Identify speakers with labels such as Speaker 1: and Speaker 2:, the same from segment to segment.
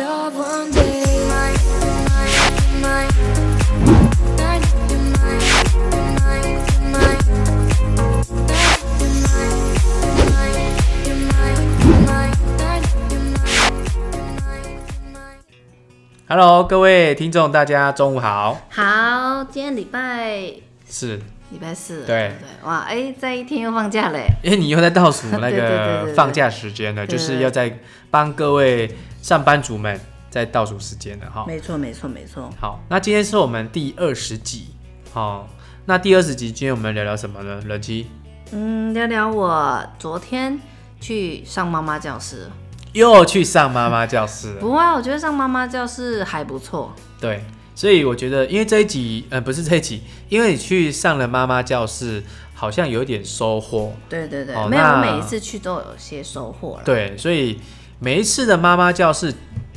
Speaker 1: up one day.
Speaker 2: Hello，各位听众，大家中午好。
Speaker 3: 好，今天礼拜礼
Speaker 2: 是，
Speaker 3: 拜四了，
Speaker 2: 对
Speaker 3: 不对，哇，哎、这一天又放假嘞，
Speaker 2: 因为你又在倒数那
Speaker 3: 对对对对
Speaker 2: 个
Speaker 3: 对
Speaker 2: 放假时间了，
Speaker 3: 对
Speaker 2: 就
Speaker 3: 对对
Speaker 2: 是要在帮各位上班族们在倒数时间了哈。
Speaker 3: 没错，没错，没错，
Speaker 2: 好，那今天是我们第二十集，哦，那第二十集今天我们聊聊什么呢？人机
Speaker 3: 嗯，聊聊我昨天去上妈妈教室，
Speaker 2: 又去上妈妈教室了，
Speaker 3: 不过啊，我觉得上妈妈教室还不错，
Speaker 2: 对。所以我觉得，因为这一集，呃，不是这一集，因为你去上了妈妈教室，好像有一点收获，
Speaker 3: 对对对，
Speaker 2: 哦
Speaker 3: 没有，我
Speaker 2: 那
Speaker 3: 每一次去都有些收获了，
Speaker 2: 对。所以每一次的妈妈教室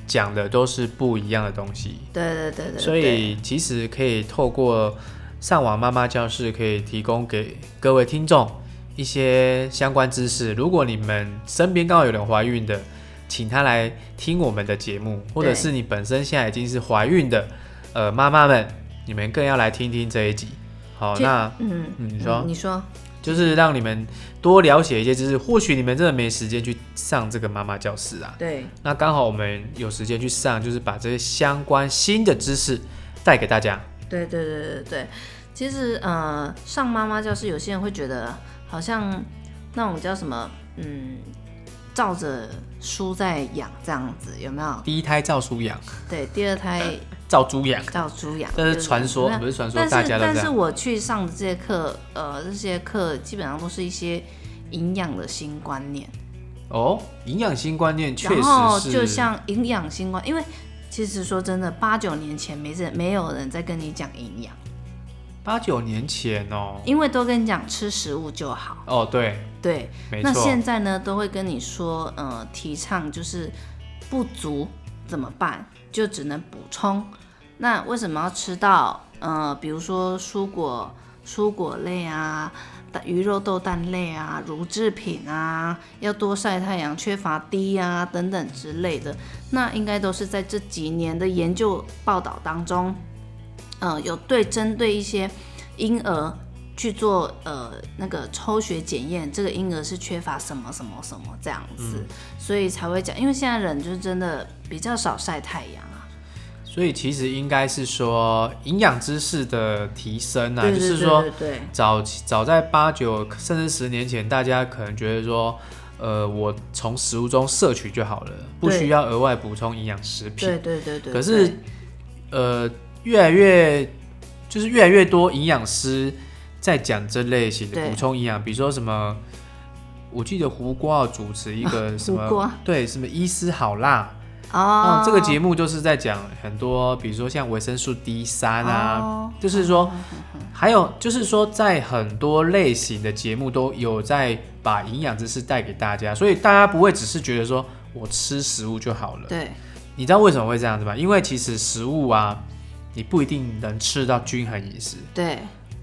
Speaker 2: 讲的都是不一样的东西，
Speaker 3: 对对对对对，
Speaker 2: 所以其实可以透过上网妈妈教室，可以提供给各位听众一些相关知识。如果你们身边刚好有人怀孕的，请她来听我们的节目，或者
Speaker 3: 对
Speaker 2: 是你本身现在已经是怀孕的，呃，妈妈们，你们更要来听听这一集。好，
Speaker 3: 其
Speaker 2: 那
Speaker 3: 嗯，
Speaker 2: 嗯你说
Speaker 3: 嗯你说，
Speaker 2: 就是让你们多了解一些知识，或许你们真的没时间去上这个妈妈教室啊。
Speaker 3: 对，
Speaker 2: 那刚好我们有时间去上，就是把这些相关新的知识带给大家。
Speaker 3: 对对对对对，其实呃，上妈妈教室，有些人会觉得好像那种叫什么，嗯，照着书在养这样子，有没有？
Speaker 2: 第一胎照书养，
Speaker 3: 对，第二胎
Speaker 2: 照猪养，
Speaker 3: 照书养，
Speaker 2: 这
Speaker 3: 对
Speaker 2: 是
Speaker 3: 对
Speaker 2: 传说，
Speaker 3: 嗯那
Speaker 2: 不是传说，
Speaker 3: 但
Speaker 2: 大
Speaker 3: 是
Speaker 2: 家都
Speaker 3: 但
Speaker 2: 这
Speaker 3: 是
Speaker 2: 样。
Speaker 3: 我去上的这些课，呃，这些课基本上都是一些营养的新观念，
Speaker 2: 哦，营养新观念确
Speaker 3: 然后
Speaker 2: 实是，
Speaker 3: 就像营养新观，因为其实说真的，八九年前没人没有人在跟你讲营养，
Speaker 2: 八九年前哦，
Speaker 3: 因为都跟你讲吃食物就好。
Speaker 2: 哦对，
Speaker 3: 对，
Speaker 2: 没
Speaker 3: 那
Speaker 2: 错
Speaker 3: 现，在呢，都会跟你说，呃，提倡就是不足怎么办，就只能补充。那为什么要吃到呃，比如说蔬果、蔬果类啊，蛋鱼肉、豆蛋类啊，乳制品啊，要多晒太阳，缺乏 D 啊等等之类的，那应该都是在这几年的研究报道当中，呃，有对针对一些婴儿去做呃那个抽血检验，这个婴儿是缺乏什么什么什么这样子，
Speaker 2: 嗯
Speaker 3: 所以才会讲，因为现在人就是真的比较少晒太阳啊，
Speaker 2: 所以其实应该是说营养知识的提升啊，
Speaker 3: 对
Speaker 2: 就
Speaker 3: 对对
Speaker 2: 是说
Speaker 3: 对对
Speaker 2: 早期早在八九甚至十年前，大家可能觉得说，呃，我从食物中摄取就好了，不
Speaker 3: 对
Speaker 2: 需要额外补充营养食品。
Speaker 3: 对对对对，
Speaker 2: 可是，呃，越来越就是越来越多营养师在讲这类型的
Speaker 3: 对
Speaker 2: 补充营养，比如说什么，我记得胡瓜有主持一 个什
Speaker 3: 胡
Speaker 2: 么
Speaker 3: 瓜，
Speaker 2: 对，什么医师好辣，
Speaker 3: 哦
Speaker 2: 哦，这个节目就是在讲很多，比如说像维生素 D 三啊，
Speaker 3: 哦
Speaker 2: 就是说，还有就是说，在很多类型的节目都有在把营养知识带给大家，所以大家不会只是觉得说我吃食物就好了。
Speaker 3: 对
Speaker 2: 你知道为什么会这样子吗？因为其实食物啊，你不一定能吃到均衡饮食。
Speaker 3: 对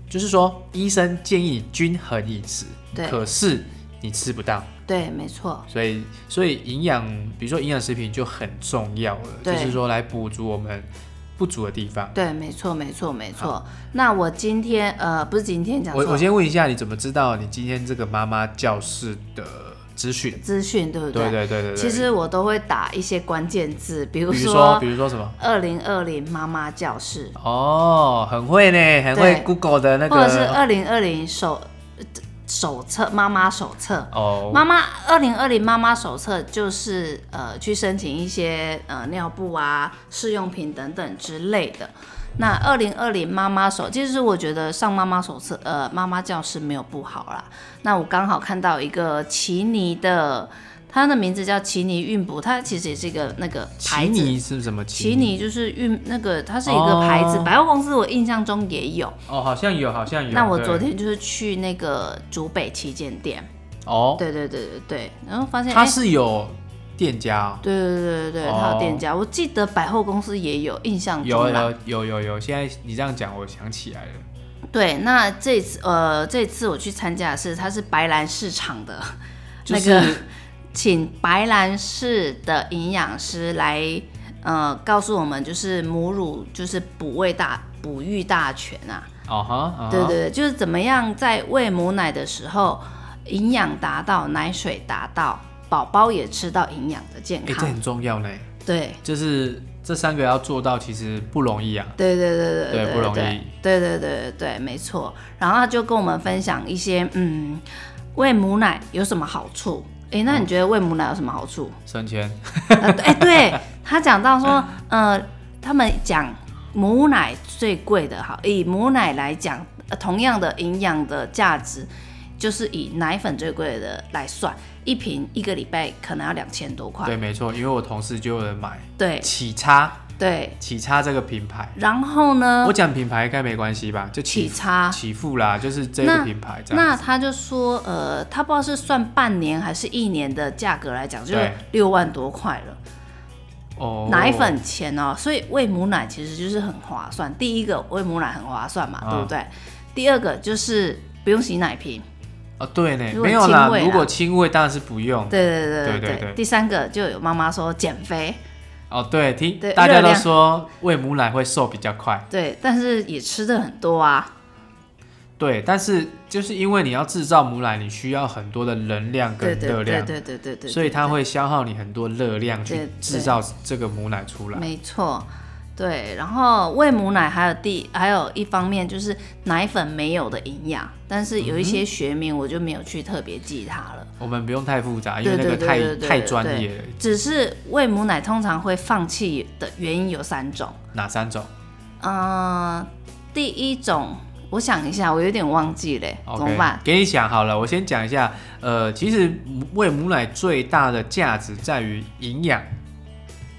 Speaker 2: 就是说，医生建议均衡饮食，
Speaker 3: 对
Speaker 2: 可是你吃不到，
Speaker 3: 对，没错，
Speaker 2: 所以所以营养，比如说营养食品就很重要了，就
Speaker 3: 对
Speaker 2: 是说来补足我们不足的地方。
Speaker 3: 对，没错，没错，没错。那我今天呃，不是今天讲
Speaker 2: 我我
Speaker 3: 错
Speaker 2: 先问一下，你怎么知道你今天这个妈妈教室的资讯？
Speaker 3: 资讯，对不
Speaker 2: 对对对对对。
Speaker 3: 其实我都会打一些关键字，比如
Speaker 2: 比如说
Speaker 3: 说
Speaker 2: 比如说什么？
Speaker 3: 二零二零妈妈教室，
Speaker 2: 哦，很会呢，很会
Speaker 3: 对
Speaker 2: Google 的那
Speaker 3: 或者是呃
Speaker 2: 个
Speaker 3: 二零二零手呃手册妈妈手册。
Speaker 2: 哦，
Speaker 3: 妈妈二零二零妈妈手册就是呃去申请一些呃尿布啊、试用品等等之类的。那二零二零妈妈手，其实我觉得上妈妈手册呃妈妈教室没有不好啦。那我刚好看到一个奇尼的，它的名字叫奇尼孕哺，它其实也是一个那个牌
Speaker 2: 奇
Speaker 3: 子。
Speaker 2: 尼是什么？
Speaker 3: 奇尼就是运那个，它是一
Speaker 2: 哦
Speaker 3: 个牌子，百货公司我印象中也有。
Speaker 2: 哦，好像有，好像有。
Speaker 3: 那我
Speaker 2: 对
Speaker 3: 昨天就是去那个竹北旗舰店，
Speaker 2: 哦，
Speaker 3: 对对对对对，然后发现
Speaker 2: 他
Speaker 3: 哎，
Speaker 2: 是有店家哦、
Speaker 3: 对对对对对，
Speaker 2: 哦
Speaker 3: 它有店家，我记得百货公司也有印象
Speaker 2: 有
Speaker 3: 中啦。
Speaker 2: 有有有有。现在你这样讲，我想起来了。
Speaker 3: 对，那这次呃这次我去参加的是它是白兰市场的
Speaker 2: 就
Speaker 3: 那
Speaker 2: 是
Speaker 3: 个，请白兰市的营养师来呃告诉我们，就是母乳就是哺喂大哺育大全啊，
Speaker 2: 啊哈，啊哈
Speaker 3: 对对，对，就是怎么样在喂母奶的时候，营养达到，奶水达到，宝宝也吃到营养的健
Speaker 2: 哎、这
Speaker 3: 康。
Speaker 2: 很重要呢，
Speaker 3: 对
Speaker 2: 就是这三个要做到其实不容易啊，
Speaker 3: 对对对对
Speaker 2: 对不容易
Speaker 3: 对对对对对对，没错。然后他就跟我们分享一些，嗯，喂母奶有什么好处？哎，那你觉得喂母奶有什么好处？
Speaker 2: 升迁，
Speaker 3: 呃哎、对他讲到说，呃，他们讲母奶最贵的，好，以母奶来讲，呃同样的营养的价值，就是以奶粉最贵的来算，一瓶一个礼拜可能要两千多块。
Speaker 2: 对，没错，因为我同事就有人买
Speaker 3: 对
Speaker 2: 起差，
Speaker 3: 对，
Speaker 2: 起差这个品牌，
Speaker 3: 然后呢
Speaker 2: 我，讲品牌应该没关系吧？就
Speaker 3: 起
Speaker 2: 起
Speaker 3: 嗯差。
Speaker 2: 起付啦，就是这
Speaker 3: 那
Speaker 2: 个品牌这样，
Speaker 3: 那他就说，呃，他不知道是算半年还是一年的价格来讲，就是
Speaker 2: 对
Speaker 3: 六万多块了。
Speaker 2: 哦，
Speaker 3: 奶粉钱哦，所以喂母奶其实就是很划算。第一个喂母奶很划算嘛，
Speaker 2: 啊
Speaker 3: 对不对？第二个就是不用洗奶瓶，
Speaker 2: 哦，对呢，
Speaker 3: 如果
Speaker 2: 没有啦
Speaker 3: 亲喂，啦
Speaker 2: 如果亲喂当然是不用，
Speaker 3: 对对对
Speaker 2: 嗯对对对
Speaker 3: 第三个就有妈妈说减肥，
Speaker 2: 哦，对，听
Speaker 3: 对
Speaker 2: 大
Speaker 3: 热
Speaker 2: 家都
Speaker 3: 量
Speaker 2: 说喂母奶会瘦比较快，
Speaker 3: 对，但是也吃的很多啊，
Speaker 2: 对，但是就是因为你要制造母奶，你需要很多的能量
Speaker 3: 对
Speaker 2: 跟
Speaker 3: 对
Speaker 2: 热
Speaker 3: 对
Speaker 2: 量，
Speaker 3: 对对对对，
Speaker 2: 所以它
Speaker 3: 对
Speaker 2: 会消耗你很多热量
Speaker 3: 对
Speaker 2: 去
Speaker 3: 对
Speaker 2: 制造这个母奶出来。
Speaker 3: 没错，对。然后喂母奶还有第还有一方面就是奶粉没有的营养，但是有一些学名我就没有去特别记它了。
Speaker 2: 我们不用太复杂，因
Speaker 3: 对
Speaker 2: 为那个
Speaker 3: 对对
Speaker 2: 太
Speaker 3: 对对
Speaker 2: 太
Speaker 3: 对
Speaker 2: 专
Speaker 3: 对
Speaker 2: 业了。
Speaker 3: 只是喂母奶通常会放弃的原因有三种。
Speaker 2: 哪三种？
Speaker 3: 嗯，第一种，我想一下，我有点忘记嘞
Speaker 2: o
Speaker 3: 怎
Speaker 2: k
Speaker 3: 么办？
Speaker 2: 给你想好了，我先讲一下。呃，其实母喂母奶最大的价值在于营养，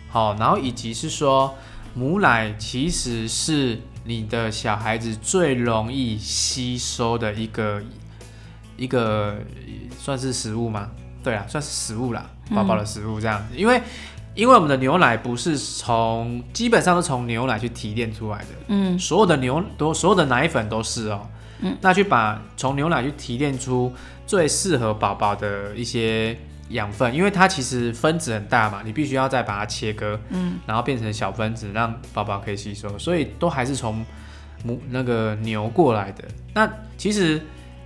Speaker 2: 好，然后以及是说母奶其实是你的小孩子最容易吸收的一个一个算是食物吗？对啊，算是食物啦，宝
Speaker 3: 嗯
Speaker 2: 宝的食物这样子，因为。因为我们的牛奶不是从基本上是从牛奶去提炼出来的，
Speaker 3: 嗯，
Speaker 2: 所有的牛都所有的奶粉都是哦，嗯，那去把从牛奶去提炼出最适合宝宝的一些养分，因为它其实分子很大嘛，你必须要再把它切割，嗯，然后变成小分子，让宝宝可以吸收，所以都还是从母那个牛过来的。那其实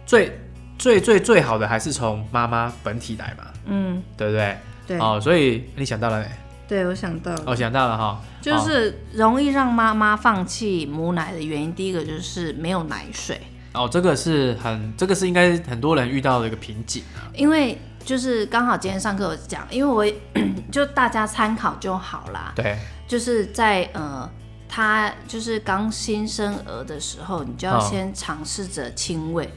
Speaker 2: 最最最最好的还是从妈妈本体来嘛，
Speaker 3: 嗯，
Speaker 2: 对不对？
Speaker 3: 对
Speaker 2: 哦，所以你想到了没？
Speaker 3: 对，我想到
Speaker 2: 哦，想到了哈，
Speaker 3: 就
Speaker 2: 哦
Speaker 3: 是容易让妈妈放弃母奶的原因，第一个就是没有奶水，
Speaker 2: 哦，这个是很，这个是应该很多人遇到的一个瓶颈啊。
Speaker 3: 因为就是刚好今天上课有讲，因为我 就大家参考就好啦，
Speaker 2: 对，
Speaker 3: 就是在呃。他就是刚新生儿的时候，你就要
Speaker 2: 哦
Speaker 3: 先尝试着亲喂，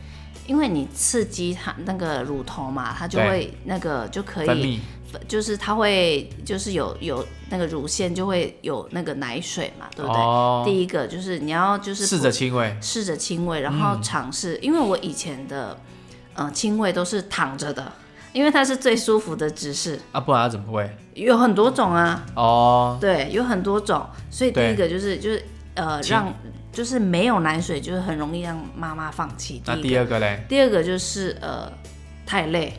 Speaker 3: 因为你刺激他那个乳头嘛，它就
Speaker 2: 对
Speaker 3: 会那个就可以
Speaker 2: 分泌
Speaker 3: 就是它会就是有有那个乳腺就会有那个奶水嘛，对不对？
Speaker 2: 哦，
Speaker 3: 第一个就是你要就是
Speaker 2: 试着嗯亲喂，
Speaker 3: 试着亲喂，然后尝试，因为我以前的呃亲喂都是躺着的，因为它是最舒服的姿势，
Speaker 2: 啊，不然要怎么喂？
Speaker 3: 有很多种啊，
Speaker 2: 哦，
Speaker 3: 对，有很多种，所以第
Speaker 2: 对
Speaker 3: 一个就是就是呃
Speaker 2: 亲
Speaker 3: 让就是没有奶水，就是很容易让妈妈放弃。
Speaker 2: 那
Speaker 3: 第一
Speaker 2: 第
Speaker 3: 个，
Speaker 2: 二个嘞？
Speaker 3: 第二个就是呃太累，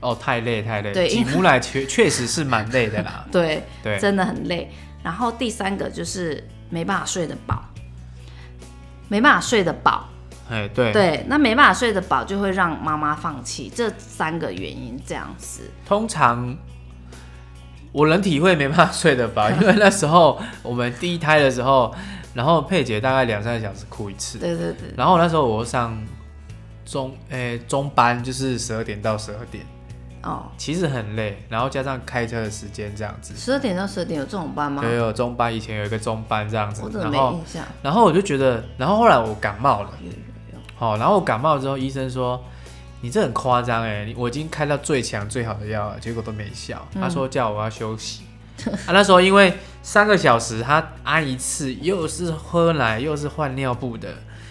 Speaker 2: 哦，太累太累，
Speaker 3: 对
Speaker 2: 挤
Speaker 3: 因为。
Speaker 2: 母奶确确实是蛮累的啦
Speaker 3: 对，
Speaker 2: 对，
Speaker 3: 真的很累。然后第三个就是没办法睡得饱，没办法睡得饱。
Speaker 2: 哎对，
Speaker 3: 对，那没办法睡得饱就会让妈妈放弃，这三个原因这样子。
Speaker 2: 通常我能体会没办法睡得 饱，因为那时候我们第一胎的时候，然后佩姐大概两三个小时哭一次，
Speaker 3: 对对对，
Speaker 2: 然后那时候我上中诶、中班，就是十二点到十二点，
Speaker 3: 哦，
Speaker 2: 其实很累，然后加上开车的时间这样子。
Speaker 3: 十二点到十二点有这种班吗？
Speaker 2: 对，有中班，以前有一个中班这样子
Speaker 3: 我，怎么
Speaker 2: 然
Speaker 3: 没
Speaker 2: 后
Speaker 3: 印象？
Speaker 2: 然后我就觉得，然后后来我感冒了，
Speaker 3: 有有有，
Speaker 2: 好、然后我感冒之后，医生说你这很夸张哎，你我已经开到最强最好的药了，结果都没效，
Speaker 3: 嗯
Speaker 2: 他说叫我要休息。啊，那时候因为三个小时他按一次，又是喝奶又是换尿布的，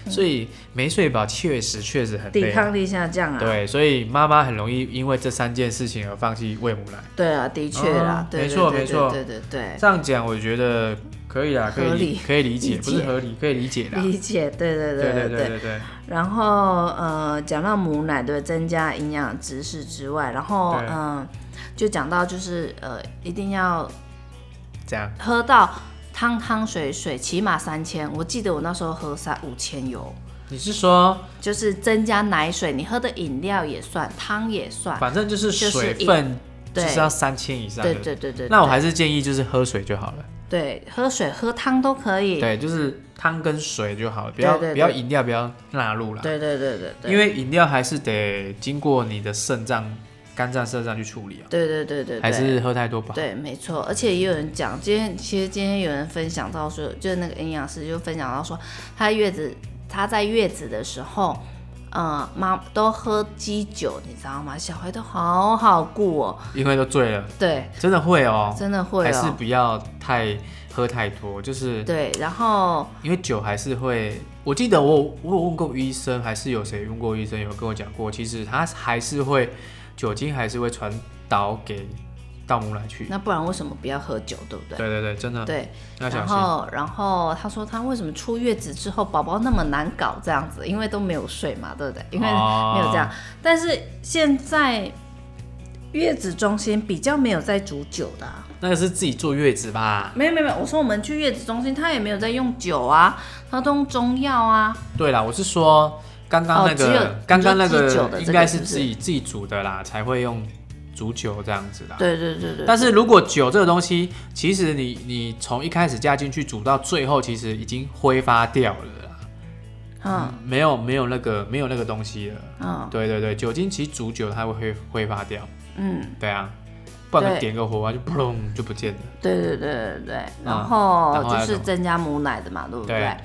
Speaker 2: 所以没睡饱，确实确实很
Speaker 3: 嗯抵
Speaker 2: 累。
Speaker 3: 抗力下降啊。
Speaker 2: 对，所以妈妈很容易因为这三件事情而放弃喂母奶。
Speaker 3: 对啊，的确
Speaker 2: 嗯，
Speaker 3: 啦对
Speaker 2: 没
Speaker 3: 对
Speaker 2: 错
Speaker 3: 对
Speaker 2: 没
Speaker 3: 对
Speaker 2: 错
Speaker 3: 对对对，
Speaker 2: 这样讲，我觉得可以啦，可以
Speaker 3: 合
Speaker 2: 理
Speaker 3: 理
Speaker 2: 可以理解，
Speaker 3: 理
Speaker 2: 不是
Speaker 3: 解
Speaker 2: 合理，可以理解啦。
Speaker 3: 理解，对对
Speaker 2: 对
Speaker 3: 对
Speaker 2: 对对对，
Speaker 3: 然后呃，讲到母奶对增加营养知识之外，然后
Speaker 2: 对
Speaker 3: 嗯、呃就讲到就是呃，一定要
Speaker 2: 这样
Speaker 3: 喝到汤汤水水，起码三千。我记得我那时候喝三五千有，
Speaker 2: 你是说，
Speaker 3: 就是增加奶水，你喝的饮料也算，汤也算。
Speaker 2: 反正就是
Speaker 3: 就是
Speaker 2: 水
Speaker 3: 一
Speaker 2: 分就
Speaker 3: 对
Speaker 2: 是要三千以上
Speaker 3: 对
Speaker 2: 的。
Speaker 3: 对对对，
Speaker 2: 那我还
Speaker 3: 是
Speaker 2: 是建议就是喝水就好了。
Speaker 3: 对喝水喝汤都可以。
Speaker 2: 对，就是汤跟水就好了，不要
Speaker 3: 对对对
Speaker 2: 不要饮料不要纳入啦。
Speaker 3: 对对对对对，
Speaker 2: 因为饮料还是得经过你的肾脏、肝脏、肾脏去处理啊，
Speaker 3: 对对对对对
Speaker 2: 还是喝太多不好。
Speaker 3: 对，没错，而且也有人讲，今天其实今天有人分享到说，就是那个营养师就分享到说，她月子她在月子的时候，呃，妈都喝鸡酒，你知道吗？小孩都好好顾哦，
Speaker 2: 因为都醉了，
Speaker 3: 对，
Speaker 2: 真的会哦、
Speaker 3: 真的会
Speaker 2: 还是
Speaker 3: 哦，
Speaker 2: 不要太喝太多，就是
Speaker 3: 对，然后
Speaker 2: 因为酒还是会。我记得我我有问过医生，还是有谁问过医生，有跟我讲过，其实它还是会酒精还是会传导给到母奶去。
Speaker 3: 那不然为什么不要喝酒，对不对？
Speaker 2: 对啊对对，真的
Speaker 3: 对，
Speaker 2: 要小
Speaker 3: 然
Speaker 2: 心。
Speaker 3: 后然后她说她为什么出月子之后宝宝那么难搞这样子，因为都没有睡嘛，对不对？因为
Speaker 2: 哦
Speaker 3: 没有这样。但是现在月子中心比较没有在煮酒的、啊，
Speaker 2: 那个是自己坐月子吧？
Speaker 3: 没有没有没有。我说我们去月子中心，他也没有在用酒啊，他都用中药啊。
Speaker 2: 对啦，我是说刚刚
Speaker 3: 哦
Speaker 2: 那
Speaker 3: 只有
Speaker 2: 个，刚刚那
Speaker 3: 你说鸡酒
Speaker 2: 个
Speaker 3: 的这个
Speaker 2: 应该
Speaker 3: 是不是
Speaker 2: 自己自己煮的啦，才会用煮酒这样子啦。
Speaker 3: 对对对对。
Speaker 2: 但是如果酒这个东西，其实你你从一开始加进去煮到最后，其实已经挥发掉了啦，
Speaker 3: 嗯
Speaker 2: 没有没有那个没有那个东西了。
Speaker 3: 嗯
Speaker 2: 对对对，酒精其实煮久它会挥挥发掉，
Speaker 3: 嗯，
Speaker 2: 对啊，不然
Speaker 3: 对
Speaker 2: 点个火花就砰就不见了。
Speaker 3: 对对对对对。
Speaker 2: 嗯
Speaker 3: 然后
Speaker 2: 然后还有
Speaker 3: 就
Speaker 2: 什
Speaker 3: 是
Speaker 2: 么
Speaker 3: 增加母奶的嘛，对不对？
Speaker 2: 对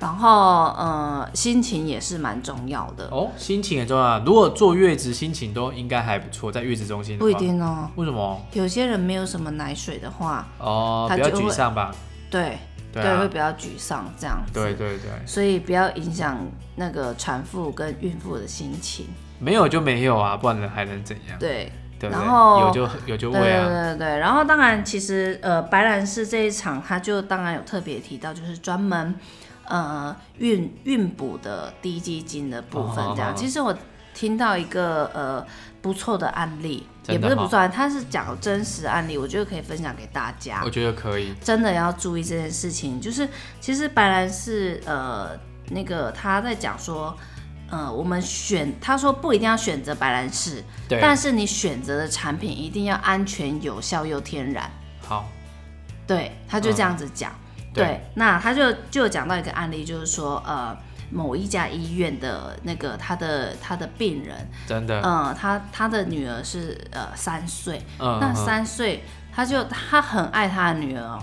Speaker 3: 然后呃，心情也是蛮重要的，
Speaker 2: 哦，心情很重要，如果坐月子心情都应该还不错，在月子中心的
Speaker 3: 不一
Speaker 2: 话，
Speaker 3: 定哦。
Speaker 2: 为什么？
Speaker 3: 有些人没有什么奶水的话，
Speaker 2: 哦，
Speaker 3: 他
Speaker 2: 比较
Speaker 3: 就
Speaker 2: 沮
Speaker 3: 会
Speaker 2: 丧吧。
Speaker 3: 对
Speaker 2: 对
Speaker 3: 会
Speaker 2: 啊，
Speaker 3: 比较沮丧这样子。
Speaker 2: 对对对，
Speaker 3: 所以不要影响那个产妇跟孕妇的心情。
Speaker 2: 没有就没有啊，不然还能怎样？
Speaker 3: 对，
Speaker 2: 对不
Speaker 3: 然
Speaker 2: 对？
Speaker 3: 后
Speaker 2: 有就有就
Speaker 3: 对
Speaker 2: 喂
Speaker 3: 对
Speaker 2: 啊，
Speaker 3: 对对。然后当然，其实呃，白兰氏这一场，他就当然有特别提到，就是专门呃孕孕哺的低基金的部分
Speaker 2: 哦
Speaker 3: 这
Speaker 2: 哦哦
Speaker 3: 样。其实我听到一个呃不错的案例，
Speaker 2: 真的
Speaker 3: 也不是
Speaker 2: 吗
Speaker 3: 不错案例，他是讲真实案例，我觉得可以分享给大家。
Speaker 2: 我觉得可以。
Speaker 3: 真的要注意这件事情。就是其实白兰氏呃那个他在讲说，呃，我们选他说不一定要选择白兰氏，
Speaker 2: 对，
Speaker 3: 但是你选择的产品一定要安全、有效又天然。
Speaker 2: 好，
Speaker 3: 对，他就这样子讲。
Speaker 2: 嗯对
Speaker 3: 对，那他就就有讲到一个案例，就是说呃。某一家医院的那个他的他的病人，
Speaker 2: 真的，
Speaker 3: 嗯、呃，他他的女儿是呃三岁，
Speaker 2: 嗯，
Speaker 3: 那
Speaker 2: 嗯
Speaker 3: 三岁他就他很爱他的女儿哦，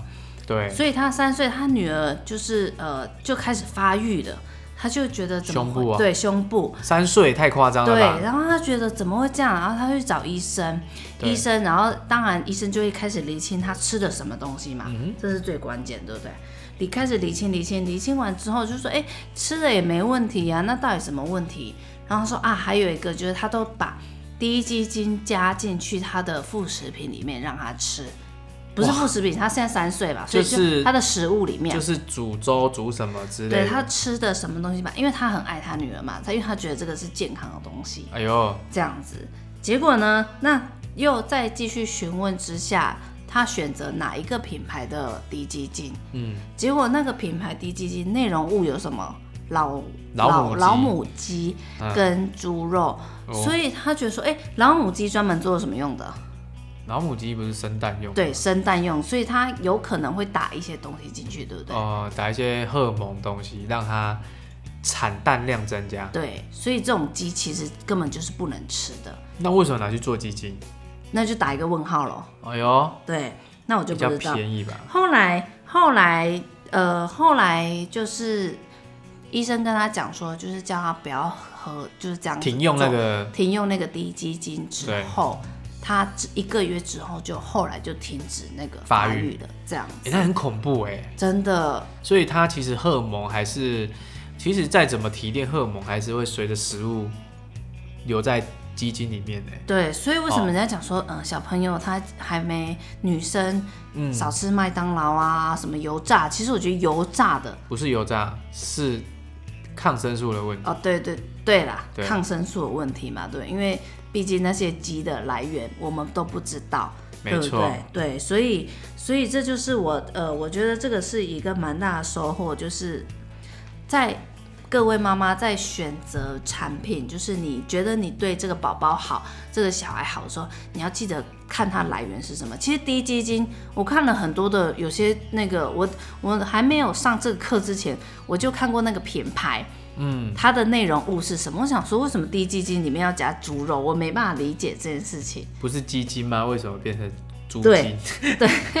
Speaker 2: 对
Speaker 3: 所以他三岁，他女儿就是呃就开始发育了，他就觉得怎么
Speaker 2: 胸
Speaker 3: 会
Speaker 2: 部啊
Speaker 3: 对胸部
Speaker 2: 三岁太夸张了
Speaker 3: 对，
Speaker 2: 吧？
Speaker 3: 然后他觉得怎么会这样，然后他去找医生，
Speaker 2: 对
Speaker 3: 医生，然后当然医生就会开始厘清他吃的什么东西嘛，
Speaker 2: 嗯
Speaker 3: 这是最关键，对不对？你开始厘清厘清厘清完之后，就说哎、吃的也没问题呀、那到底什么问题？然后说啊，还有一个就是他都把第一基金加进去他的副食品里面让他吃。不是
Speaker 2: 哇
Speaker 3: 副食品，他现在三岁吧，所以
Speaker 2: 就是
Speaker 3: 他的食物里面，
Speaker 2: 就是煮粥煮什么之类
Speaker 3: 对他
Speaker 2: 的。
Speaker 3: 吃的什么东西吧，因为他很爱他女儿嘛，他因为他觉得这个是健康的东西，
Speaker 2: 哎呦，
Speaker 3: 这样子。结果呢，那又再继续询问之下，他选择哪一个品牌的低基金？
Speaker 2: 嗯，
Speaker 3: 结果那个品牌低基金内容物有什么老
Speaker 2: 老母
Speaker 3: 老
Speaker 2: 鸡
Speaker 3: 老母鸡啊
Speaker 2: 嗯
Speaker 3: 跟猪肉，
Speaker 2: 哦
Speaker 3: 所以他觉得说，哎、老母鸡专门做什么用的？
Speaker 2: 老母鸡不是生蛋用？
Speaker 3: 对，生蛋用，所以他有可能会打一些东西进去，对不对？
Speaker 2: 呃，打一些荷尔蒙东西，让它产蛋量增加。
Speaker 3: 对，所以这种鸡其实根本就是不能吃的，
Speaker 2: 那为什么拿去做基金？
Speaker 3: 那就打一个问号咯。
Speaker 2: 哎呦，
Speaker 3: 对，那我就
Speaker 2: 比
Speaker 3: 不
Speaker 2: 较
Speaker 3: 知道。
Speaker 2: 便宜吧？
Speaker 3: 后来，后来，呃，后来就是医生跟他讲说，就是叫他不要喝，就是这样子
Speaker 2: 停用那
Speaker 3: 做
Speaker 2: 个
Speaker 3: 停用那个低基金之
Speaker 2: 对
Speaker 3: 后，他只一个月之后就后来就停止那个
Speaker 2: 发
Speaker 3: 发
Speaker 2: 育
Speaker 3: 育了，这样
Speaker 2: 欸，
Speaker 3: 子
Speaker 2: 那很恐怖哎、
Speaker 3: 真的
Speaker 2: 所以它其实荷尔蒙还是，其实再怎么提炼，荷尔蒙还是会随着食物留在基金里面的、
Speaker 3: 对，所以为什
Speaker 2: 哦
Speaker 3: 么人家讲说，嗯、小朋友他还没女生
Speaker 2: 嗯，
Speaker 3: 少吃麦当劳啊，什么油炸，其实我觉得油炸的
Speaker 2: 不是油炸，是抗生素的问题。
Speaker 3: 哦，对对对啦，
Speaker 2: 对
Speaker 3: 抗生素的问题嘛，对，因为毕竟那些鸡的来源我们都不知道，
Speaker 2: 没
Speaker 3: 对不
Speaker 2: 错
Speaker 3: 对，？对，所以所以这就是我呃，我觉得这个是一个蛮大的收获，就是在各位妈妈在选择产品，就是你觉得你对这个宝宝好，这个小孩好的时候，你要记得看它来源是什么。其实低基金，我看了很多的，有些那个我我还没有上这个课之前，我就看过那个品牌。嗯，它的内容物是什么？我想说，为什么低基金里面要加猪肉？我没办法理解这件事情。
Speaker 2: 不是鸡精吗？为什么变成猪精？
Speaker 3: 对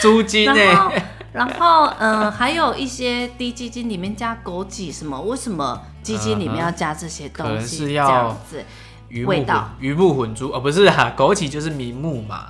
Speaker 2: 猪精呢、
Speaker 3: 然后，然后，嗯、还有一些低基金里面加枸杞什么，为什么基金里面要加这些东
Speaker 2: 可能
Speaker 3: 西？
Speaker 2: 是
Speaker 3: 这
Speaker 2: 要
Speaker 3: 样子，
Speaker 2: 鱼
Speaker 3: 味
Speaker 2: 目混
Speaker 3: 道
Speaker 2: 鱼目混珠哦，不是啊， 枸杞就是明目嘛，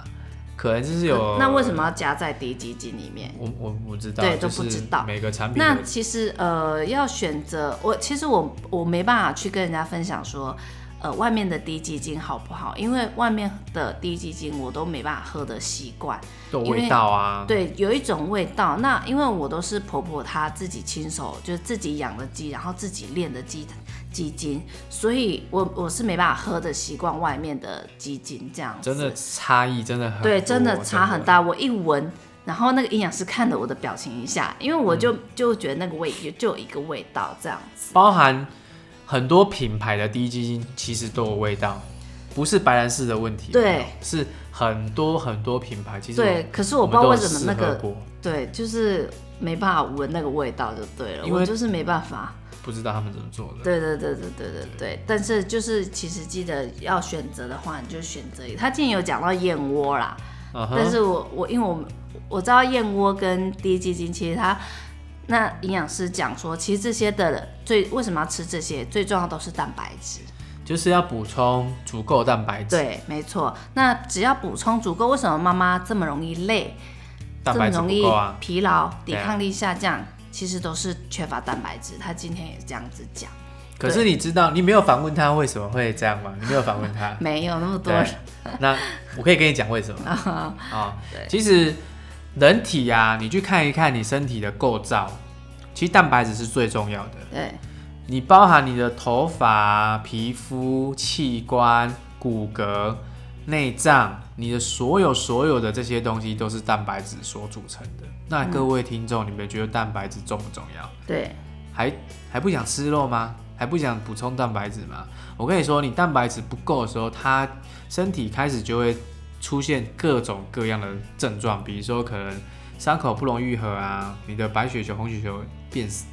Speaker 2: 可能就是有
Speaker 3: 那为什么要加在低基金里面？
Speaker 2: 我我不知道，
Speaker 3: 对
Speaker 2: 就
Speaker 3: 都不
Speaker 2: 是
Speaker 3: 知道
Speaker 2: 每个产品
Speaker 3: 那
Speaker 2: 的
Speaker 3: 其实呃，要选择我，其实我我没办法去跟人家分享说，呃，外面的低基金好不好？因为外面的低基金我都没办法喝的习惯。
Speaker 2: 都有
Speaker 3: 因为
Speaker 2: 味道啊，
Speaker 3: 对，有一种味道。那因为我都是婆婆她自己亲手，就是自己养的鸡，然后自己练的鸡鸡精，所以我我是没办法喝的习惯外面的鸡精这样子。
Speaker 2: 真的差异真的很
Speaker 3: 对，
Speaker 2: 多
Speaker 3: 真的差很。大。我一闻，然后那个营养师看了我的表情一下，因为我
Speaker 2: 嗯
Speaker 3: 就、就觉得那个味就有一个味道这样子。
Speaker 2: 包含很多品牌的低基金其实都有味道，不是白兰氏的问题，
Speaker 3: 对，
Speaker 2: 是很多很多品牌其实
Speaker 3: 对，可是我
Speaker 2: 我
Speaker 3: 不
Speaker 2: 们
Speaker 3: 知道
Speaker 2: 都
Speaker 3: 为
Speaker 2: 有
Speaker 3: 什么
Speaker 2: 试
Speaker 3: 那
Speaker 2: 喝
Speaker 3: 个
Speaker 2: 过
Speaker 3: 对，就是没办法闻那个味道就对了，
Speaker 2: 因
Speaker 3: 我
Speaker 2: 为
Speaker 3: 就是没办法。
Speaker 2: 不知道他们怎么做的，
Speaker 3: 对对对对对对对，但是就是其实记得要选择的话，你就选择一个。他之前有讲到燕窝啦，
Speaker 2: 嗯
Speaker 3: 但
Speaker 2: 哼，
Speaker 3: 是我我因为我我知道燕窝跟低基金，其实它那营养师讲说，其实这些的最为什么要吃这些，最重要都是蛋白质。
Speaker 2: 就是要补充足够蛋白质，
Speaker 3: 对，没错。那只要补充足够，为什么妈妈这么容易累，
Speaker 2: 蛋
Speaker 3: 这
Speaker 2: 白
Speaker 3: 么
Speaker 2: 质
Speaker 3: 容
Speaker 2: 不
Speaker 3: 易
Speaker 2: 够啊，
Speaker 3: 疲劳、抵
Speaker 2: 对啊
Speaker 3: 抗力下降，其实都是缺乏蛋白质。他今天也这样子讲，。
Speaker 2: 可是你知道，你没有反问他为什么会这样吗？你没有反问他
Speaker 3: 没有那么多
Speaker 2: 对
Speaker 3: 人，
Speaker 2: 那我可以跟你讲为什么 啊、其实人体啊，你去看一看你身体的构造，其实蛋白质是最重要的。
Speaker 3: 对。
Speaker 2: 你包含你的头发、皮肤、器官、骨骼、内脏，你的所有所有的这些东西都是蛋白质所组成的。那各位听众，你们觉得蛋白质重不重要？
Speaker 3: 对，
Speaker 2: 还还不想吃肉吗？还不想补充蛋白质吗？我跟你说，你蛋白质不够的时候，它身体开始就会出现各种各样的症状，比如说可能伤口不容易愈合啊，你的白血球、红血球变死，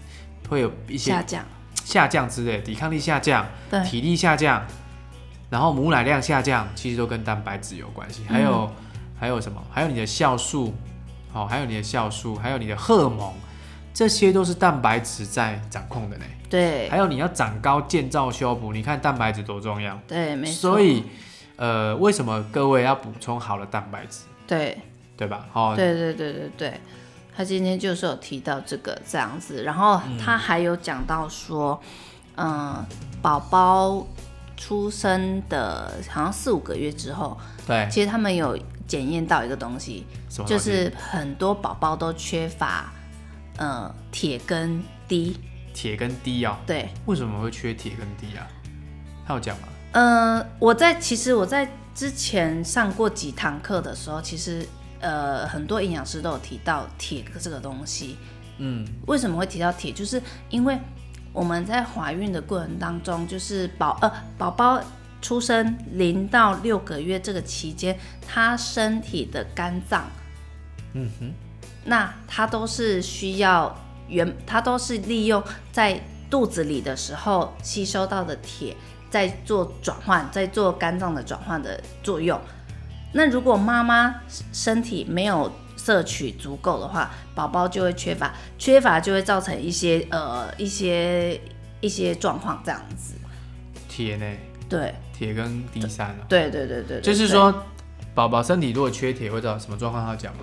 Speaker 2: 会有一些
Speaker 3: 下降，
Speaker 2: 下降之类，抵抗力下降，
Speaker 3: 对
Speaker 2: 体力下降，然后母奶量下降，其实都跟蛋白质有关
Speaker 3: 嗯
Speaker 2: 系。还有、还有什么？还有你的酵素，哦，还有你的酵素，还有你的荷尔蒙，这些都是蛋白质在掌控的呢。
Speaker 3: 对
Speaker 2: 还有你要长高、建造、修补，你看蛋白质多重要。
Speaker 3: 对，没错，
Speaker 2: 所以，呃，为什么各位要补充好的蛋白质，
Speaker 3: 对
Speaker 2: 对吧？哦，
Speaker 3: 对对对对对，他今天就是有提到这个这样子，然后
Speaker 2: 嗯
Speaker 3: 他还有讲到说，嗯，宝宝出生的好像四五个月之后，
Speaker 2: 对，
Speaker 3: 其实他们有检验到一个东西，
Speaker 2: 什么
Speaker 3: 就
Speaker 2: 东西
Speaker 3: 是很多宝宝都缺乏呃铁跟 D，
Speaker 2: 铁跟低啊、
Speaker 3: 对，
Speaker 2: 为什么会缺铁跟低啊？他有讲吗？
Speaker 3: 呃，我在其实我在之前上过几堂课的时候，其实呃很多营养师都有提到铁这个东西。
Speaker 2: 嗯，
Speaker 3: 为什么会提到铁？就是因为我们在怀孕的过程当中，就是宝呃宝宝出生零到六个月这个期间，他身体的肝脏，
Speaker 2: 嗯哼，
Speaker 3: 那它都是需要原，它都是利用在肚子里的时候吸收到的铁，在做转换，在做肝脏的转换的作用。那如果妈妈身体没有摄取足够的话，宝宝就会缺乏，缺乏就会造成一些呃一些一些状况这样子。
Speaker 2: 铁呢？
Speaker 3: 对
Speaker 2: 铁跟 D 三哦，
Speaker 3: 对对对对对，
Speaker 2: 就是
Speaker 3: 对
Speaker 2: 说宝宝身体如果缺铁会造成什么状况？他有讲吗？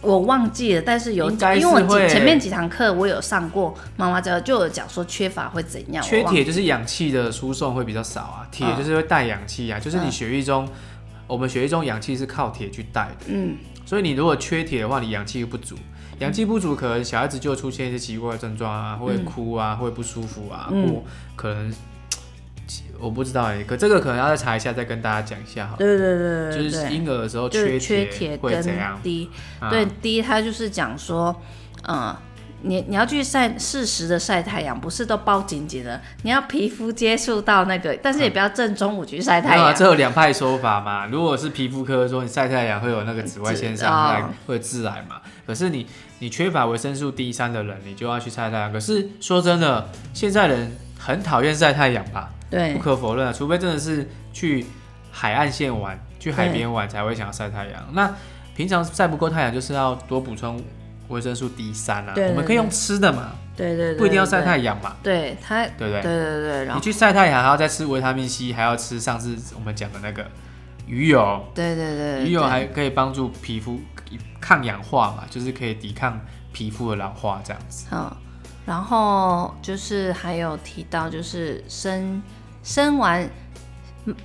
Speaker 3: 我忘记了，但是有
Speaker 2: 应该
Speaker 3: 因
Speaker 2: 是
Speaker 3: 为我几
Speaker 2: 会
Speaker 3: 前面几堂课我有上过妈妈教，就有讲说缺乏会怎样，
Speaker 2: 缺
Speaker 3: 我忘
Speaker 2: 铁就是氧气的输送会比较少啊，铁
Speaker 3: 嗯
Speaker 2: 就是会带氧气啊，就是你血液中，我们血液中氧气是靠铁去带的，
Speaker 3: 嗯，
Speaker 2: 所以你如果缺铁的话，你氧气不足，氧气不足可能小孩子就会出
Speaker 3: 嗯
Speaker 2: 现一些奇怪的症状啊，会哭啊，会不舒服啊，或可能。我不知道哎，可这个可能要再查一下，再跟大家讲一下好了。
Speaker 3: 对对对
Speaker 2: 就
Speaker 3: 对
Speaker 2: 是
Speaker 3: 对，
Speaker 2: 婴儿的时候
Speaker 3: 就是缺
Speaker 2: 铁
Speaker 3: 铁
Speaker 2: 会怎
Speaker 3: 跟
Speaker 2: 样？
Speaker 3: 低，
Speaker 2: 啊
Speaker 3: 对低，它就是讲说，嗯。你你要去晒适时的晒太阳，不是都包紧紧的。你要皮肤接触到那个，但是也不要正中午去晒
Speaker 2: 没
Speaker 3: 太
Speaker 2: 有啊，
Speaker 3: 阳。
Speaker 2: 这有两派说法嘛。如果是皮肤科说你晒太阳会有那个紫外线
Speaker 3: 紫
Speaker 2: 伤害，
Speaker 3: 哦
Speaker 2: 会有致癌嘛。可是你你缺乏维生素 D 三的人，你就要去晒太阳。可是说真的，现在人很讨厌晒太阳吧？
Speaker 3: 对
Speaker 2: 不可否认啊，除非真的是去海岸线玩、去海边玩才会想要晒太阳。那平常晒不够太阳，就是要多补充维生素 D 三啊。
Speaker 3: 对对
Speaker 2: 我们可以用吃的嘛，
Speaker 3: 对对对，
Speaker 2: 不一定要
Speaker 3: 对
Speaker 2: 晒太。阳嘛，
Speaker 3: 对它，
Speaker 2: 对不对
Speaker 3: 对？对对，然
Speaker 2: 你
Speaker 3: 后
Speaker 2: 去晒太阳还要再吃维他命 C，还要吃上次我们讲的那个鱼油，
Speaker 3: 对对对，对
Speaker 2: 鱼油啊还可以帮助皮肤抗氧化嘛，就是可以抵抗皮肤的老化这样子。
Speaker 3: 嗯，然后就是还有提到，就是生生完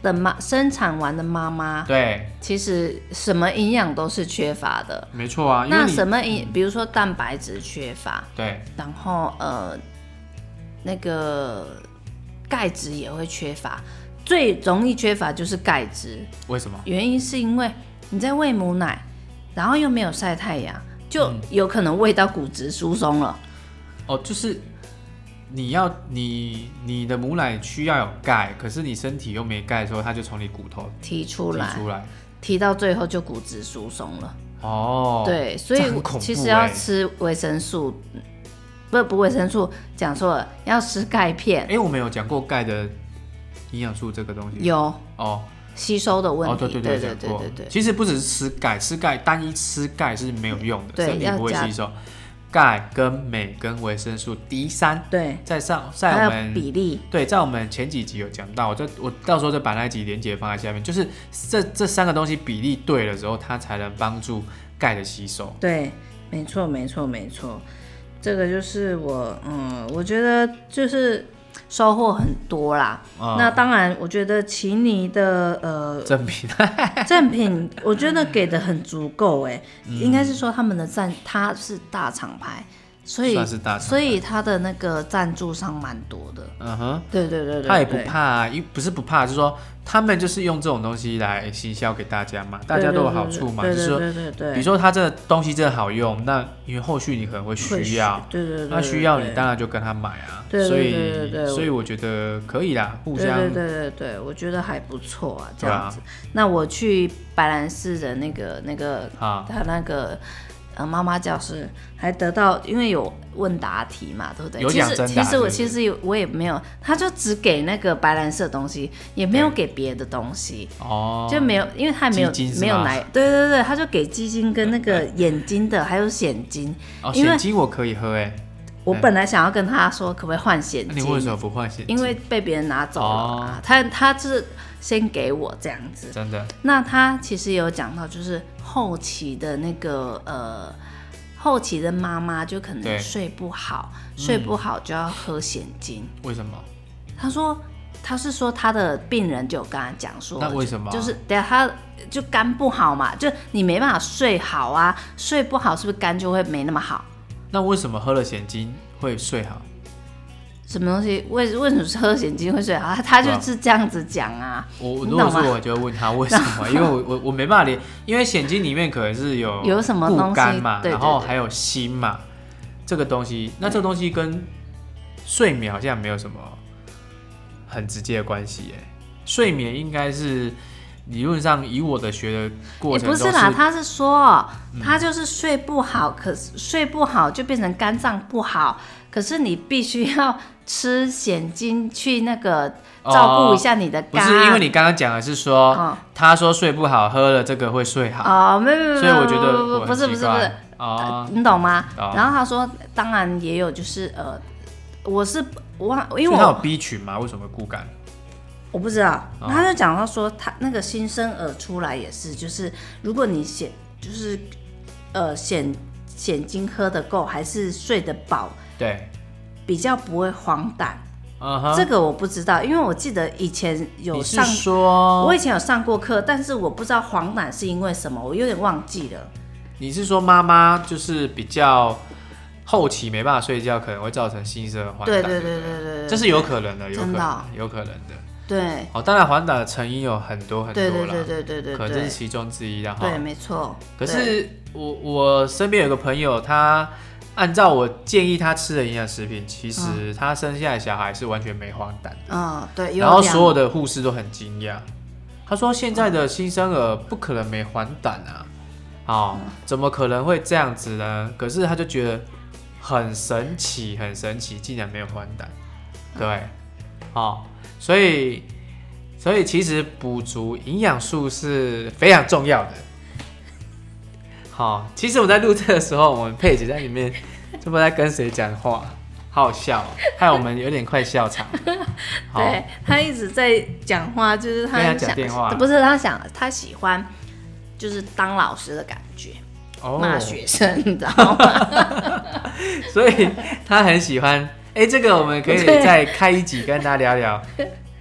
Speaker 3: 的妈生产完的妈妈，
Speaker 2: 对，
Speaker 3: 其实什么营养都是缺乏的。
Speaker 2: 没错啊，因为
Speaker 3: 那
Speaker 2: 你
Speaker 3: 什么营，比如说蛋白质缺乏，
Speaker 2: 对
Speaker 3: 然后呃，那个钙质也会缺乏，最容易缺乏就是钙质。
Speaker 2: 为什么？
Speaker 3: 原因是因为你在喂母奶，然后又没有晒太阳，就
Speaker 2: 嗯
Speaker 3: 有可能喂到骨质疏松了。
Speaker 2: 哦，就是你要你你的母奶需要有钙，可是你身体又没钙的时候，它就从你骨头
Speaker 3: 提
Speaker 2: 挤
Speaker 3: 出来，
Speaker 2: 出来。
Speaker 3: 提到最后就骨质疏松了。
Speaker 2: 哦，，
Speaker 3: 对，所以
Speaker 2: 这很恐怖
Speaker 3: 其实要
Speaker 2: 欸
Speaker 3: 吃维生素，不不维生素讲错了，要吃钙片，
Speaker 2: 哎，我们有讲过钙的营养素这个东西。
Speaker 3: 有
Speaker 2: 哦，
Speaker 3: 吸收的问
Speaker 2: 哦，
Speaker 3: 题。
Speaker 2: 对对
Speaker 3: 对
Speaker 2: 对
Speaker 3: 对
Speaker 2: 讲过
Speaker 3: 对对
Speaker 2: 其实不只是吃钙，吃钙单一吃钙是没有用的，
Speaker 3: 对
Speaker 2: 身体
Speaker 3: 要
Speaker 2: 不会
Speaker 3: 加
Speaker 2: 吸收。钙跟镁跟维生素 D 三，
Speaker 3: 对，
Speaker 2: 在上在
Speaker 3: 还
Speaker 2: 我
Speaker 3: 有
Speaker 2: 们
Speaker 3: 比例，
Speaker 2: 对，在我们前几集有讲到，我这我到时候再把那一集连接放在下面，就是这这三个东西比例对了之后，它才能帮助钙的吸收。
Speaker 3: 对，没错没错没错，这个就是我嗯，我觉得就是收获很多啦。
Speaker 2: 啊、
Speaker 3: 那当然，我觉得奇尼的呃
Speaker 2: 正品啊
Speaker 3: 赠品， 我觉得给的很足够哎、
Speaker 2: 嗯
Speaker 3: 应该是说他们的赞，它是大厂牌，所以
Speaker 2: 算是大厂
Speaker 3: 所以它的那个赞助商蛮多的。
Speaker 2: 嗯哼，
Speaker 3: 对对对对，
Speaker 2: 他也不
Speaker 3: 对
Speaker 2: 怕、啊，因不是不怕，就是说他们就是用这种东西来行销给大家嘛，大家都有好处嘛，
Speaker 3: 对
Speaker 2: 就是
Speaker 3: 对
Speaker 2: 说
Speaker 3: 对对对，
Speaker 2: 比如说它这个东西真的好用，那因为后续你可能会
Speaker 3: 会
Speaker 2: 需要，
Speaker 3: 对对对，
Speaker 2: 那需
Speaker 3: 对
Speaker 2: 要
Speaker 3: 对
Speaker 2: 你当然就跟他买啊。
Speaker 3: 对对
Speaker 2: 所以
Speaker 3: 对对对
Speaker 2: 所以我觉得可以啦，互
Speaker 3: 对
Speaker 2: 相
Speaker 3: 对对对对，我觉得还不错啊，这
Speaker 2: 对啊
Speaker 3: 样子。那我去白兰市的那个那个
Speaker 2: 啊，
Speaker 3: 他那个呃妈妈教室，还得到因为有问答题嘛，对不对？
Speaker 2: 有
Speaker 3: 其
Speaker 2: 讲
Speaker 3: 实
Speaker 2: 真答
Speaker 3: 其实我
Speaker 2: 是不
Speaker 3: 其
Speaker 2: 是
Speaker 3: 实有我也没有，他就只给那个白蓝色的东西，也没有给别的东西。
Speaker 2: 哦，
Speaker 3: 就没有，因为他也没有
Speaker 2: 基金是吗
Speaker 3: 没有奶，对对对，他就给鸡精跟那个眼睛的，还有显金。
Speaker 2: 哦，
Speaker 3: 因为
Speaker 2: 现金我可以喝哎、
Speaker 3: 我本来想要跟他说，可不可以换显
Speaker 2: 那
Speaker 3: 金
Speaker 2: 你？为什么哦不换现金？
Speaker 3: 因为被别人拿走了啊。他他是先给我这样子，
Speaker 2: 真的
Speaker 3: 那他其实有讲到，就是后期的那个呃，后期的妈妈就可
Speaker 2: 对嗯
Speaker 3: 能睡不好，睡不好就要喝显精。
Speaker 2: 为什么？
Speaker 3: 他说他是说他的病人就有跟他讲说，
Speaker 2: 那为什么啊
Speaker 3: 就是等下他就肝不好嘛，就你没办法睡好啊，睡不好是不是肝就会没那么好？
Speaker 2: 那为什么喝了现金会睡好？
Speaker 3: 什么东西？为为什么是喝显精会睡好？他他
Speaker 2: 对啊
Speaker 3: 就是这样子讲啊。
Speaker 2: 我我
Speaker 3: 你
Speaker 2: 如
Speaker 3: 懂
Speaker 2: 果是
Speaker 3: 吗
Speaker 2: 我就会问他为什么，因为我我我没办法连，因为现金里面可能是有
Speaker 3: 有什么东西
Speaker 2: 固肝嘛，
Speaker 3: 对对
Speaker 2: 然后
Speaker 3: 对
Speaker 2: 还有锌嘛，这个东西，那这个东西跟睡眠好像没有什么很直接的关系耶。睡眠应该是理论上以我的学的啊过
Speaker 3: 也
Speaker 2: 程中嗯
Speaker 3: 不是啦，他是说他就是睡不好，可是睡不好就变成肝脏不好，可是你必须要吃显精去那个
Speaker 2: 哦
Speaker 3: 照顾一下你的
Speaker 2: 不
Speaker 3: 肝。
Speaker 2: 是因为你刚刚讲的是说，
Speaker 3: 哦
Speaker 2: 他说睡不好，喝了这个会睡好，
Speaker 3: 哦，没有没有没有，
Speaker 2: 所以我觉得
Speaker 3: 不
Speaker 2: 我
Speaker 3: 不
Speaker 2: 很
Speaker 3: 不是
Speaker 2: 奇
Speaker 3: 不是
Speaker 2: 怪
Speaker 3: 不是，
Speaker 2: 哦
Speaker 3: 你懂吗？
Speaker 2: 哦
Speaker 3: 然后他说，当然也有就是呃，我是我忘，因
Speaker 2: 所
Speaker 3: 为
Speaker 2: 以它有
Speaker 3: 我
Speaker 2: B 群嘛？为什么会固肝？
Speaker 3: 我不知道，
Speaker 2: 哦
Speaker 3: 他就讲到说他那个新生儿出来也是，就是如果你显就是呃显显精喝的够，还是睡得饱。
Speaker 2: 对，
Speaker 3: 比较不会黄疸。
Speaker 2: 嗯哼，
Speaker 3: 这个我不知道，因为我记得以前有
Speaker 2: 你是
Speaker 3: 上，
Speaker 2: 说
Speaker 3: 我以前有上过课，但是我不知道黄疸是因为什么，我有点忘记了。
Speaker 2: 你是说妈妈就是比较后期没办法睡觉，可能会造成心室的患
Speaker 3: 对
Speaker 2: 难？
Speaker 3: 对对
Speaker 2: 不
Speaker 3: 对对对，
Speaker 2: 这是有可能的，有可
Speaker 3: 真的
Speaker 2: 能
Speaker 3: 哦
Speaker 2: 的，有可能的。
Speaker 3: 对，
Speaker 2: 哦，当然环岛的成因有很多很多
Speaker 3: 对
Speaker 2: 啦，
Speaker 3: 对对对对对
Speaker 2: 可能这是
Speaker 3: 对，
Speaker 2: 其中之一啦。哈。
Speaker 3: 对，没错。
Speaker 2: 可
Speaker 3: 对
Speaker 2: 是我我身边有个朋友，他按照我建议他吃的营养食品，其实他生下来小孩是完全没黄疸，
Speaker 3: 嗯，对，
Speaker 2: 然后
Speaker 3: 两
Speaker 2: 所有的护士都很惊讶，他说现在的新生儿不可能没黄疸啊，哦，
Speaker 3: 嗯
Speaker 2: 怎么可能会这样子呢？可是他就觉得很神奇，很神奇，竟然没有黄疸，
Speaker 3: 嗯
Speaker 2: 对，哦，所以所以其实补足营养素是非常重要的。好，其实我在录这的时候，我们佩姐在里面这不知道在跟谁讲话，好好笑哦，害我们有点快笑 场了。好，
Speaker 3: 对他一直在讲话，就是他
Speaker 2: 跟他
Speaker 3: 想
Speaker 2: 讲电话
Speaker 3: 不是他想他喜欢，就是当老师的感觉，
Speaker 2: 哦
Speaker 3: 骂学生，你知道吗？
Speaker 2: 所以他很喜欢。 哎、这个我们可以
Speaker 3: 对
Speaker 2: 再开一集跟大家聊 聊，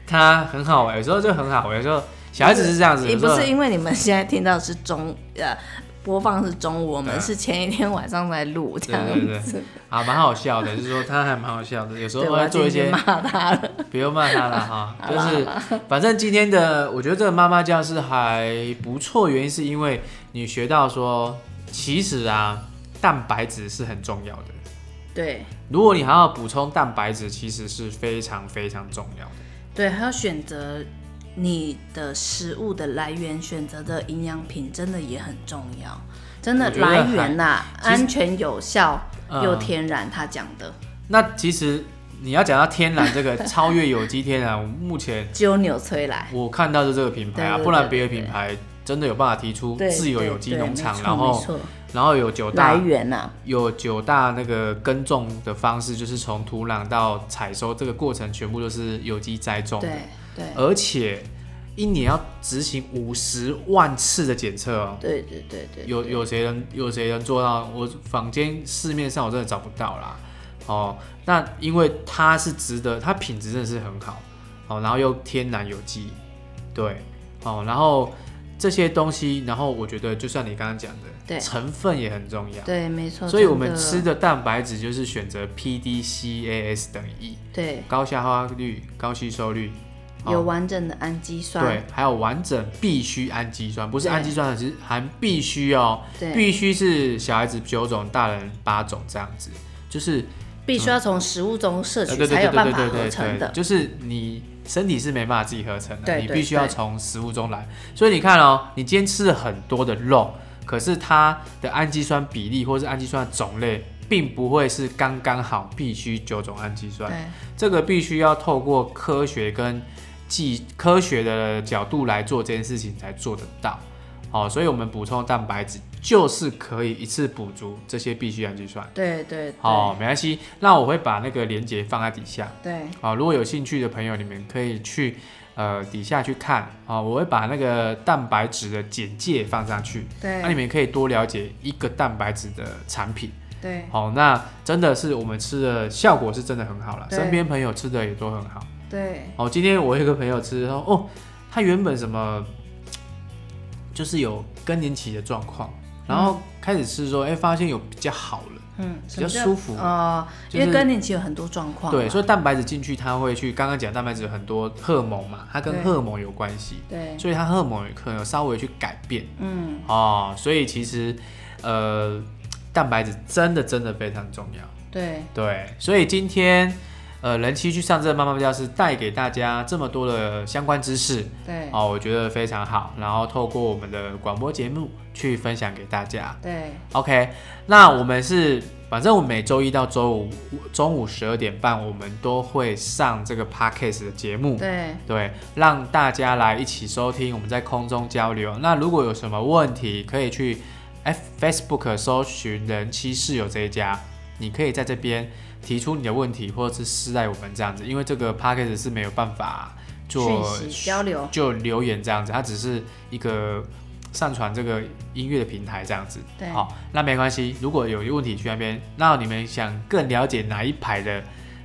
Speaker 2: 他很好玩，有时候就很好玩，有时候小孩子 是这样子，
Speaker 3: 也
Speaker 2: 有时
Speaker 3: 不
Speaker 2: 候
Speaker 3: 是因为你们现在听到是中呃播放是中午，我
Speaker 2: 对
Speaker 3: 们
Speaker 2: 啊
Speaker 3: 是前一天晚上在录这样
Speaker 2: 对对
Speaker 3: 子，
Speaker 2: 啊蛮好笑的，就是说他还蛮好笑的，有时候
Speaker 3: 对，我
Speaker 2: 会
Speaker 3: 要
Speaker 2: 做一
Speaker 3: 进去
Speaker 2: 些
Speaker 3: 骂他了，
Speaker 2: 不用骂他了 哈，
Speaker 3: 好
Speaker 2: 就
Speaker 3: 啦
Speaker 2: 是反正今天的我觉得这个妈妈教室还不错，原因是因为你学到说，其实啊蛋白质是很重要的，
Speaker 3: 对
Speaker 2: 如果你还要补充蛋白质，其实是非常非常重要的。
Speaker 3: 对，还要选择。你的食物的来源、选择的营养品真的也很重要，真的
Speaker 2: 我觉得
Speaker 3: 来
Speaker 2: 还
Speaker 3: 源呐、
Speaker 2: 其实
Speaker 3: 安全、有效
Speaker 2: 嗯
Speaker 3: 又天然。他讲的，
Speaker 2: 那其实你要讲到天然 这个超越有机天然，我目前
Speaker 3: 只有纽崔莱。
Speaker 2: 我看到的这个品牌啊，
Speaker 3: 对对
Speaker 2: 不然
Speaker 3: 对
Speaker 2: 别的品牌真的有办法提出
Speaker 3: 对，
Speaker 2: 自有
Speaker 3: 对
Speaker 2: 有机
Speaker 3: 对
Speaker 2: 农场
Speaker 3: 没，错
Speaker 2: 然
Speaker 3: 没
Speaker 2: 后
Speaker 3: 错
Speaker 2: 然后有九
Speaker 3: 来
Speaker 2: 大
Speaker 3: 源呐、
Speaker 2: 有九大那个耕种的方式，就是从土壤到采收这个过程全部都是有机栽种的，
Speaker 3: 对对
Speaker 2: 而且一年要执行五十万次的检测哦。
Speaker 3: 对对对对，
Speaker 2: 有有谁能有谁能做到？我坊间市面上我真的找不到啦。哦，那因为它是值得，它品质真的是很好，哦，然后又天然有机，对，哦，然后这些东西，然后我觉得就像你刚刚讲的，
Speaker 3: 对
Speaker 2: 成分也很重要，
Speaker 3: 对没错。
Speaker 2: 所以我
Speaker 3: 真
Speaker 2: 们
Speaker 3: 的
Speaker 2: 吃的蛋白质就是选择 PDCAS 等于一，
Speaker 3: 对
Speaker 2: 高消化率、高吸收率，哦
Speaker 3: 有完整的氨基酸，
Speaker 2: 对，还有完整必须氨基酸，不是
Speaker 3: 对
Speaker 2: 氨基酸，只是含必须哦，
Speaker 3: 对
Speaker 2: 必须是小孩子九种，大人八种这样子，就是
Speaker 3: 必须要从食物中摄
Speaker 2: 呃对
Speaker 3: 取
Speaker 2: 对
Speaker 3: 才
Speaker 2: 对
Speaker 3: 有办
Speaker 2: 对
Speaker 3: 法
Speaker 2: 对
Speaker 3: 合
Speaker 2: 对
Speaker 3: 成
Speaker 2: 对，
Speaker 3: 的。
Speaker 2: 就是你身体是没办法自己合成的，
Speaker 3: 对
Speaker 2: 你
Speaker 3: 对
Speaker 2: 必须要
Speaker 3: 对
Speaker 2: 从食物中来。所以你看哦，你今天吃了很多的肉，可是它的氨基酸比例或是氨基酸的种类，并不会是刚刚好必须九种氨基酸。
Speaker 3: 对
Speaker 2: 这个必须要透过科学跟技科学的角度来做这件事情才做得到。好、所以我们补充蛋白质就是可以一次补足这些必需氨基酸。
Speaker 3: 对对
Speaker 2: 好、没关系，那我会把那个链接放在底下。
Speaker 3: 对
Speaker 2: 好、如果有兴趣的朋友，你们可以去呃底下去看啊、我会把那个蛋白质的简介放上去，那、你
Speaker 3: 对
Speaker 2: 们也可以多了解一个蛋白质的产品。
Speaker 3: 对
Speaker 2: 好，那真的是我们吃的效果是真的很好了，
Speaker 3: 对
Speaker 2: 身边朋友吃的也都很好。
Speaker 3: 对
Speaker 2: 哦，今天我有一个朋友吃，他说哦，他原本什么就是有更年期的状况，然后开始吃说，哎、发现有比较好了，
Speaker 3: 嗯，
Speaker 2: 比
Speaker 3: 什
Speaker 2: 较
Speaker 3: 么叫
Speaker 2: 舒服
Speaker 3: 哦，
Speaker 2: 就
Speaker 3: 因
Speaker 2: 是
Speaker 3: 为更年期有很多状况啊嘛。
Speaker 2: 对，所以蛋白质进去，它会去刚刚讲蛋白质有很多荷尔蒙嘛，它跟
Speaker 3: 对
Speaker 2: 荷尔蒙有关系，
Speaker 3: 对
Speaker 2: 所以它荷尔蒙有可能有稍微去改变
Speaker 3: 嗯，
Speaker 2: 哦，所以其实呃，蛋白质真的真的非常重要。
Speaker 3: 对
Speaker 2: 对，所以今天呃，人妻去上这个妈妈教室，带给大家这么多的相关知识
Speaker 3: 对
Speaker 2: 哦，我觉得非常好。然后透过我们的广播节目去分享给大家。
Speaker 3: 对
Speaker 2: OK，那我们是反正我每周一到周五中午十二点半，我们都会上这个 podcast 的节目。
Speaker 3: 对
Speaker 2: 对，让大家来一起收听，我们在空中交流。那如果有什么问题，可以去 F Facebook 搜寻“人妻室友”这一家，你可以在这边提出你的问题，或者是私赖我们这样子，因为这个 p a c k a g e 是没有办法做
Speaker 3: 讯息交流
Speaker 2: 就留言这样子，它只是一个上传这个音乐的平台这样子。
Speaker 3: 对
Speaker 2: 好，那没关系，如果有问题去那边，那你们想更了解哪一排的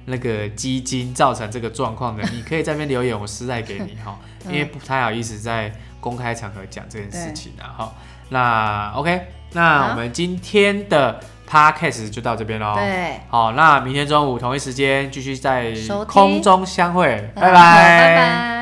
Speaker 2: 那个基金造成这个状况的，你可以在那边留言，我私带给你 哈，因
Speaker 3: 嗯
Speaker 2: 为不太好意思在公开场合讲这件事情啊哈。那 OK，那
Speaker 3: 好
Speaker 2: 我们今天的 Podcast 就到这边喽。
Speaker 3: 对，
Speaker 2: 好，那明天中午同一时间继续在
Speaker 3: 收听嗯
Speaker 2: 空中相会，拜拜，
Speaker 3: 好拜拜。